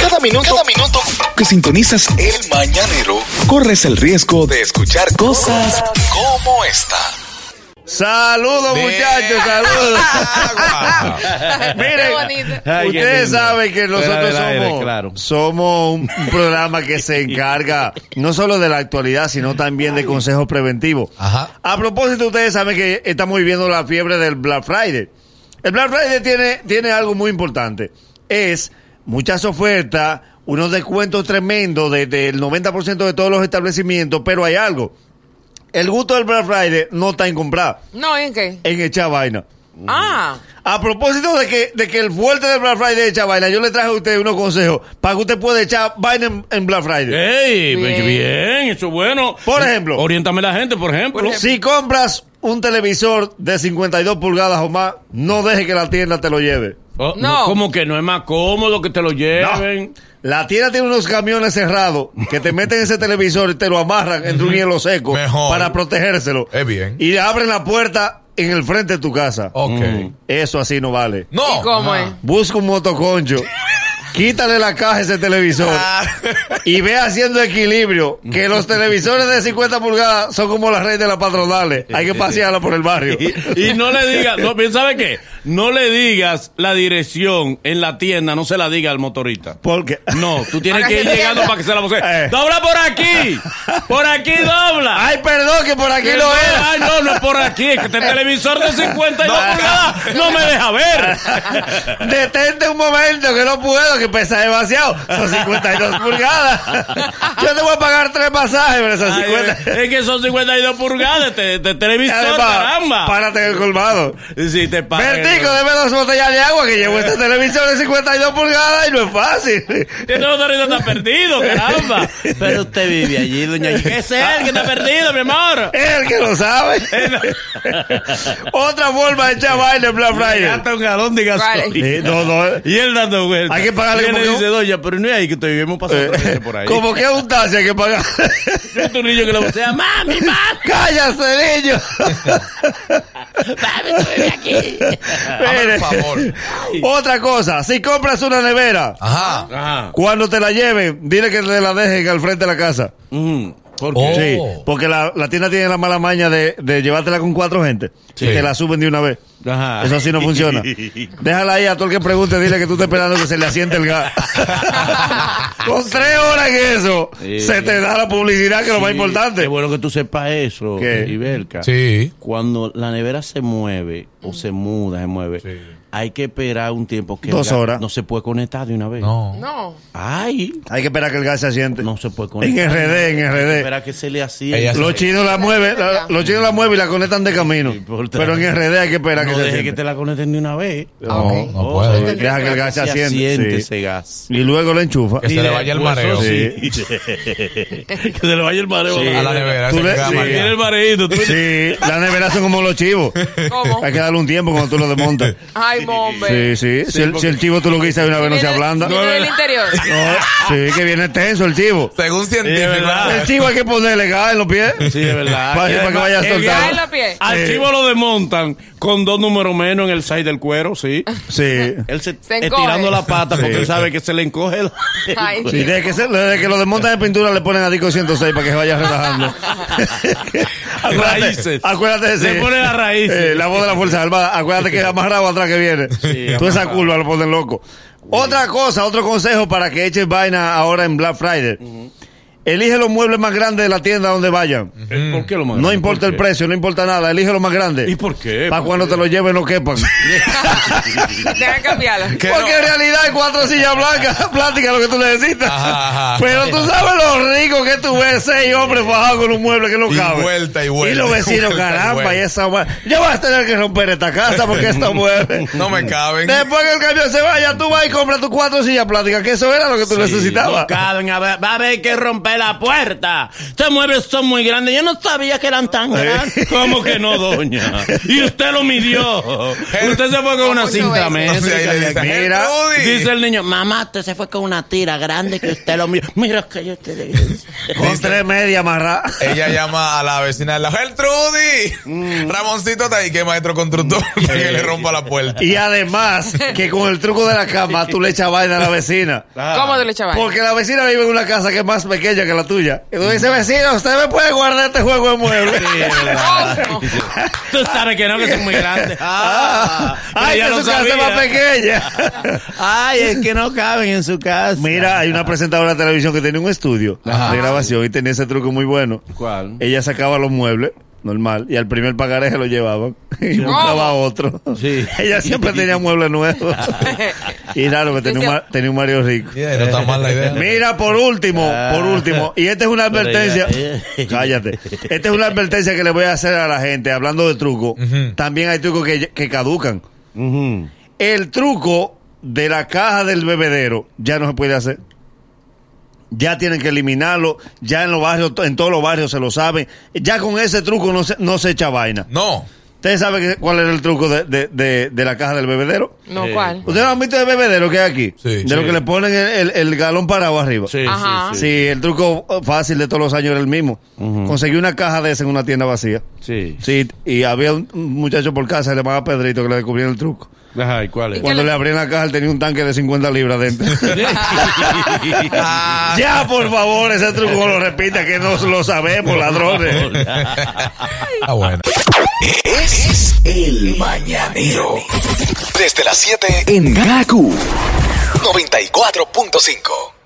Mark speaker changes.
Speaker 1: Cada minuto, cada minuto que sintonizas el mañanero, corres el riesgo de escuchar cosas como esta.
Speaker 2: Saludos, muchachos, saludos.
Speaker 3: Qué
Speaker 2: Miren,
Speaker 3: bonito.
Speaker 4: Ay, qué
Speaker 2: ustedes
Speaker 4: lindo.
Speaker 2: saben que nosotros
Speaker 4: Fuera del
Speaker 2: somos,
Speaker 4: aire, claro.
Speaker 2: somos un un programa que se encarga no solo de la actualidad, sino también de consejos preventivos.
Speaker 5: Ajá.
Speaker 2: A propósito, ustedes saben que estamos viviendo la fiebre del Black Friday. El Black Friday tiene, tiene algo muy importante. Es muchas ofertas, unos descuentos tremendos de- del 90% de todos los establecimientos, pero hay algo. El gusto del Black Friday no está en comprar,
Speaker 3: No, ¿en qué?
Speaker 2: en echar vaina.
Speaker 3: Ah,
Speaker 2: A propósito de que, de que el fuerte del Black Friday es echar vaina, yo le traje a usted unos consejos para que usted pueda echar vaina en, en Black Friday.
Speaker 4: ¡Ey!
Speaker 3: Bien.
Speaker 4: Bien. eso es bueno.
Speaker 2: Por ejemplo.
Speaker 4: Oriéntame la gente, por ejemplo.
Speaker 2: Si compras un televisor de 52 pulgadas o más, no deje que la tienda te lo lleve.
Speaker 4: Oh,
Speaker 3: No.
Speaker 4: ¿Cómo que no es más cómodo que te lo lleven?
Speaker 2: La tienda tiene unos camiones cerrados que te meten ese televisor y te lo amarran en un hielo seco
Speaker 5: Mejor.
Speaker 2: para protegérselo.
Speaker 5: Es bien.
Speaker 2: Y abren la puerta en el frente de tu casa.
Speaker 5: Ok.
Speaker 2: Eso así no vale.
Speaker 5: No.
Speaker 3: ¿y cómo
Speaker 5: Ajá.
Speaker 3: es?
Speaker 2: Busca un motoconcho. Quítale la caja a ese televisor
Speaker 5: Ah,
Speaker 2: y ve haciendo equilibrio. Que los televisores de 50 pulgadas son como las redes de las patronales. Hay que pasearla por el barrio.
Speaker 4: Y no le digas, no, bien, ¿sabe qué? No le digas la dirección en la tienda, no se la diga al motorista.
Speaker 2: Porque
Speaker 4: No, tú tienes
Speaker 3: Para
Speaker 4: que
Speaker 3: que
Speaker 4: ir
Speaker 3: se
Speaker 4: llegando
Speaker 3: entienda.
Speaker 4: para que se la voce.
Speaker 2: Eh.
Speaker 4: ¡Dobla por aquí! ¡Por aquí dobla!
Speaker 2: Ay, perdón, que por aquí
Speaker 4: Que
Speaker 2: no
Speaker 4: no,
Speaker 2: era.
Speaker 4: Ay, no, no es por aquí, es que este televisor de 52 pulgadas no me deja ver.
Speaker 2: Detente un momento, que no puedo, que pesa demasiado. Son 52 pulgadas. Yo te voy a pagar tres pasajes por esas
Speaker 4: Ay, eh,
Speaker 2: 50.
Speaker 4: Es que son 52 pulgadas de, de televisor,
Speaker 2: Además,
Speaker 4: caramba.
Speaker 2: párate en el colmado.
Speaker 4: Si te pagan el-
Speaker 2: Vertico, deme dos botellas de agua que llevo este televisor de 52 pulgadas y no es fácil.
Speaker 4: Este motorista está perdido, caramba. Pero usted vive allí, doña Ese es el que está perdido, mi amor.
Speaker 2: Es el que lo sabe. Otra forma de echar baile en Black Friday.
Speaker 4: Gasta un galón de gasolina.
Speaker 2: Eh, no, no. eh.
Speaker 4: Y él dando vueltas.
Speaker 2: Hay que pagarle
Speaker 4: Y él
Speaker 2: como
Speaker 4: le
Speaker 2: que Eh,
Speaker 4: dice, doña, pero no es ahí que te vivimos pasando veces por ahí.
Speaker 2: Como que un taxi hay que pagar.
Speaker 4: Hay un niño que le vocea, mami, mami,
Speaker 2: ¡Cállate, niño!
Speaker 4: mami, tú vives aquí.
Speaker 2: Mire,
Speaker 5: por favor.
Speaker 2: Otra cosa, si compras una nevera,
Speaker 5: Ajá.
Speaker 4: Ajá.
Speaker 2: cuando te la lleven, dile que te la dejen al frente de la casa.
Speaker 4: Mm, ¿Por
Speaker 5: Oh.
Speaker 4: qué?
Speaker 2: Sí, porque la, la tienda tiene la mala maña de, de llevártela con cuatro gente
Speaker 4: Sí.
Speaker 2: y te la suben de una vez.
Speaker 4: Ajá.
Speaker 2: Eso así no funciona. Déjala ahí a todo el que pregunte, dile que tú estás esperando que se le asiente el gas. con tres horas en eso,
Speaker 4: Sí.
Speaker 2: se te da la publicidad que es lo más
Speaker 4: Sí,
Speaker 2: importante.
Speaker 4: Qué bueno que tú sepas eso,
Speaker 2: ¿Qué?
Speaker 4: Ibelka.
Speaker 5: Sí.
Speaker 4: Cuando la nevera se mueve o se muda, se mueve,
Speaker 5: Sí.
Speaker 4: hay que esperar un tiempo que
Speaker 2: Dos
Speaker 4: el gas
Speaker 2: horas.
Speaker 4: no se puede conectar de una vez.
Speaker 5: No.
Speaker 3: no.
Speaker 4: Ay,
Speaker 2: Hay que esperar que el gas se asiente.
Speaker 4: no se puede
Speaker 2: en
Speaker 4: conectar.
Speaker 2: RD, en RD.
Speaker 4: Espera que se le hacía.
Speaker 5: Ella-
Speaker 2: Los chinos la mueven, la- los chinos la mueven y la conectan de camino.
Speaker 4: importa.
Speaker 2: Pero en RD hay que esperar
Speaker 4: no
Speaker 2: que se
Speaker 4: deje que
Speaker 2: asiente.
Speaker 4: te la conecten de una vez.
Speaker 3: Ah, ok.
Speaker 5: No puede.
Speaker 4: o sea,
Speaker 2: Deja que el gas se asiente, sí.
Speaker 4: ese gas.
Speaker 2: Y luego la enchufa.
Speaker 5: Que se le vaya el
Speaker 4: Pues eso
Speaker 5: mareo.
Speaker 4: sí. que se le vaya el mareo.
Speaker 5: A la nevera.
Speaker 2: Tú
Speaker 5: se
Speaker 2: le-
Speaker 5: queda
Speaker 2: sí.
Speaker 4: Tiene
Speaker 5: mareada.
Speaker 4: el mareito. tú-
Speaker 2: Sí, las neveras son como los chivos.
Speaker 3: ¿Cómo?
Speaker 2: Hay que darle un tiempo cuando tú lo desmontas.
Speaker 3: Ay, bombe.
Speaker 2: Sí, sí. si, el, si el chivo tú lo guisas de una vez no se ablanda.
Speaker 3: Viene del interior.
Speaker 2: No, sí, que viene tenso el chivo.
Speaker 5: Según
Speaker 4: Sí, es
Speaker 5: científico.
Speaker 4: verdad.
Speaker 2: El chivo hay que ponerle gas en los pies.
Speaker 4: Sí, es verdad.
Speaker 2: Para-
Speaker 4: Y
Speaker 2: para que vaya
Speaker 4: además, el
Speaker 2: soltado.
Speaker 4: gas-
Speaker 3: Ay, los pies.
Speaker 4: Al chivo lo desmontan con dos números menos en el side del cuero, sí.
Speaker 2: Sí.
Speaker 4: Él se,
Speaker 3: Se encoge.
Speaker 4: estirando la pata porque
Speaker 2: Sí.
Speaker 4: él sabe que se le encoge el-
Speaker 3: Ay,
Speaker 2: Sí, desde que, se- desde que lo desmontan de pintura le ponen a disco 106 para que se vaya relajando.
Speaker 4: Raíces.
Speaker 2: Acuérdate de
Speaker 4: Le ponen las raíces.
Speaker 2: Eh, la voz de la Fuerza Armada. Acuérdate que es amarrado atrás que viene. Toda esa curva lo ponen loco. Otra cosa, otro consejo para que eches vaina ahora en Black Friday. Elige los muebles más grandes de la tienda donde vayan.
Speaker 4: Eh, ¿Por qué lo mandan?
Speaker 2: Mm. No importa el
Speaker 4: ¿Por qué?
Speaker 2: precio, no importa nada. Elige los más grandes.
Speaker 4: ¿Y por qué?
Speaker 2: Para cuando te lo lleven no quepan.
Speaker 3: Deja cambiarla.
Speaker 5: Que
Speaker 2: Porque
Speaker 5: no-
Speaker 2: en realidad hay cuatro sillas blancas, plásticas, lo que tú necesitas.
Speaker 5: Ajá, ajá.
Speaker 2: Pero tú sabes lo rico que tú ves seis hombres fajados con un mueble que no
Speaker 5: Y
Speaker 2: cabe.
Speaker 5: vuelta, y vuelta,
Speaker 2: Y los
Speaker 5: y
Speaker 2: vecinos,
Speaker 5: vuelta, y
Speaker 2: caramba,
Speaker 5: vuelta.
Speaker 2: y esa hue- Ya vas a tener que romper esta casa porque esta mueve.
Speaker 5: No me caben.
Speaker 2: Después que el camión se vaya, tú vas y compras tus cuatro sillas plásticas, que eso era lo que tú
Speaker 4: Sí,
Speaker 2: necesitabas.
Speaker 4: no caben, a ver, va a haber que romper de la puerta. Estos muebles son muy grandes. Yo no sabía que eran tan
Speaker 2: Eh.
Speaker 4: grandes. ¿Cómo que no, doña? Y usted lo midió.
Speaker 2: Eh.
Speaker 4: Usted se fue con una
Speaker 3: Ocho
Speaker 4: cinta
Speaker 3: veces.
Speaker 5: O sea, y
Speaker 4: métrica.
Speaker 5: le dice,
Speaker 2: Mira,
Speaker 5: "Gertrudis".
Speaker 4: Dice el niño, mamá, usted se fue con una tira grande que usted lo midió. Mira que yo te
Speaker 2: Con tres medias amarradas.
Speaker 5: Ella llama a la vecina de la Gertrudis. Ramoncito está ahí, que es maestro constructor, para que le rompa la puerta.
Speaker 2: Y además, que con el truco de la cama tú le echas vaina a la vecina.
Speaker 3: ¿Cómo tú le chaval?
Speaker 2: Porque la vecina vive en una casa que es más pequeña que la tuya. Y tú dices, vecino, usted me puede guardar este juego de muebles.
Speaker 3: Oh,
Speaker 4: Tú sabes que no, que son muy grandes. Ah,
Speaker 2: Ay,
Speaker 4: ella
Speaker 2: que
Speaker 4: lo
Speaker 2: su casa es
Speaker 4: sabía.
Speaker 2: más pequeña.
Speaker 4: Ay, es que no caben en su casa.
Speaker 2: Mira, hay una presentadora de televisión que tenía un estudio de grabación y tenía ese truco muy bueno.
Speaker 4: ¿Cuál?
Speaker 2: Ella sacaba los muebles, normal, y al primer pagaré se lo llevaban y buscaba otro.
Speaker 4: Oh. Sí.
Speaker 2: Ella siempre tenía muebles nuevos. y claro, que tenía un, ma- tenía un Mario rico.
Speaker 5: Yeah, no está mal la idea.
Speaker 2: Mira, por último, por último, y esta es una
Speaker 4: Ah. Pero
Speaker 2: advertencia.
Speaker 4: ya- eh.
Speaker 2: Cállate. Esta es una advertencia que le voy a hacer a la gente, hablando de truco. También hay trucos que, que caducan. El truco de la caja del bebedero ya no se puede hacer. Ya tienen que eliminarlo. Ya en los barrios, to- en todos los barrios se lo saben. Ya con ese truco no se, no se echa vaina.
Speaker 5: No.
Speaker 2: ¿Ustedes saben que- cuál era el truco de- de- de- de la caja del bebedero?
Speaker 3: No, ¿cuál?
Speaker 2: ¿Ustedes han visto el bebedero que hay aquí?
Speaker 5: Sí.
Speaker 2: de lo
Speaker 4: Sí.
Speaker 2: que le ponen el, el- el galón parado arriba.
Speaker 4: Sí,
Speaker 3: Ajá.
Speaker 4: sí,
Speaker 2: Sí, el truco fácil de todos los años era el mismo. Conseguí una caja de esa en una tienda vacía.
Speaker 4: sí.
Speaker 2: Sí, y había un un muchacho por casa, le llamaba Pedrito, que le descubrieron el truco.
Speaker 4: Ajá, ¿y cuál
Speaker 3: ¿Y
Speaker 4: es?
Speaker 2: Cuando
Speaker 3: le-
Speaker 2: le abrían la caja, él tenía un tanque de 50 libras dentro.
Speaker 5: Ah,
Speaker 2: ya, por favor, ese truco no lo repita, que no lo sabemos, ladrones.
Speaker 5: está Ah, bueno.
Speaker 1: Es el mañanero. Desde las 7 en GACU 94.5.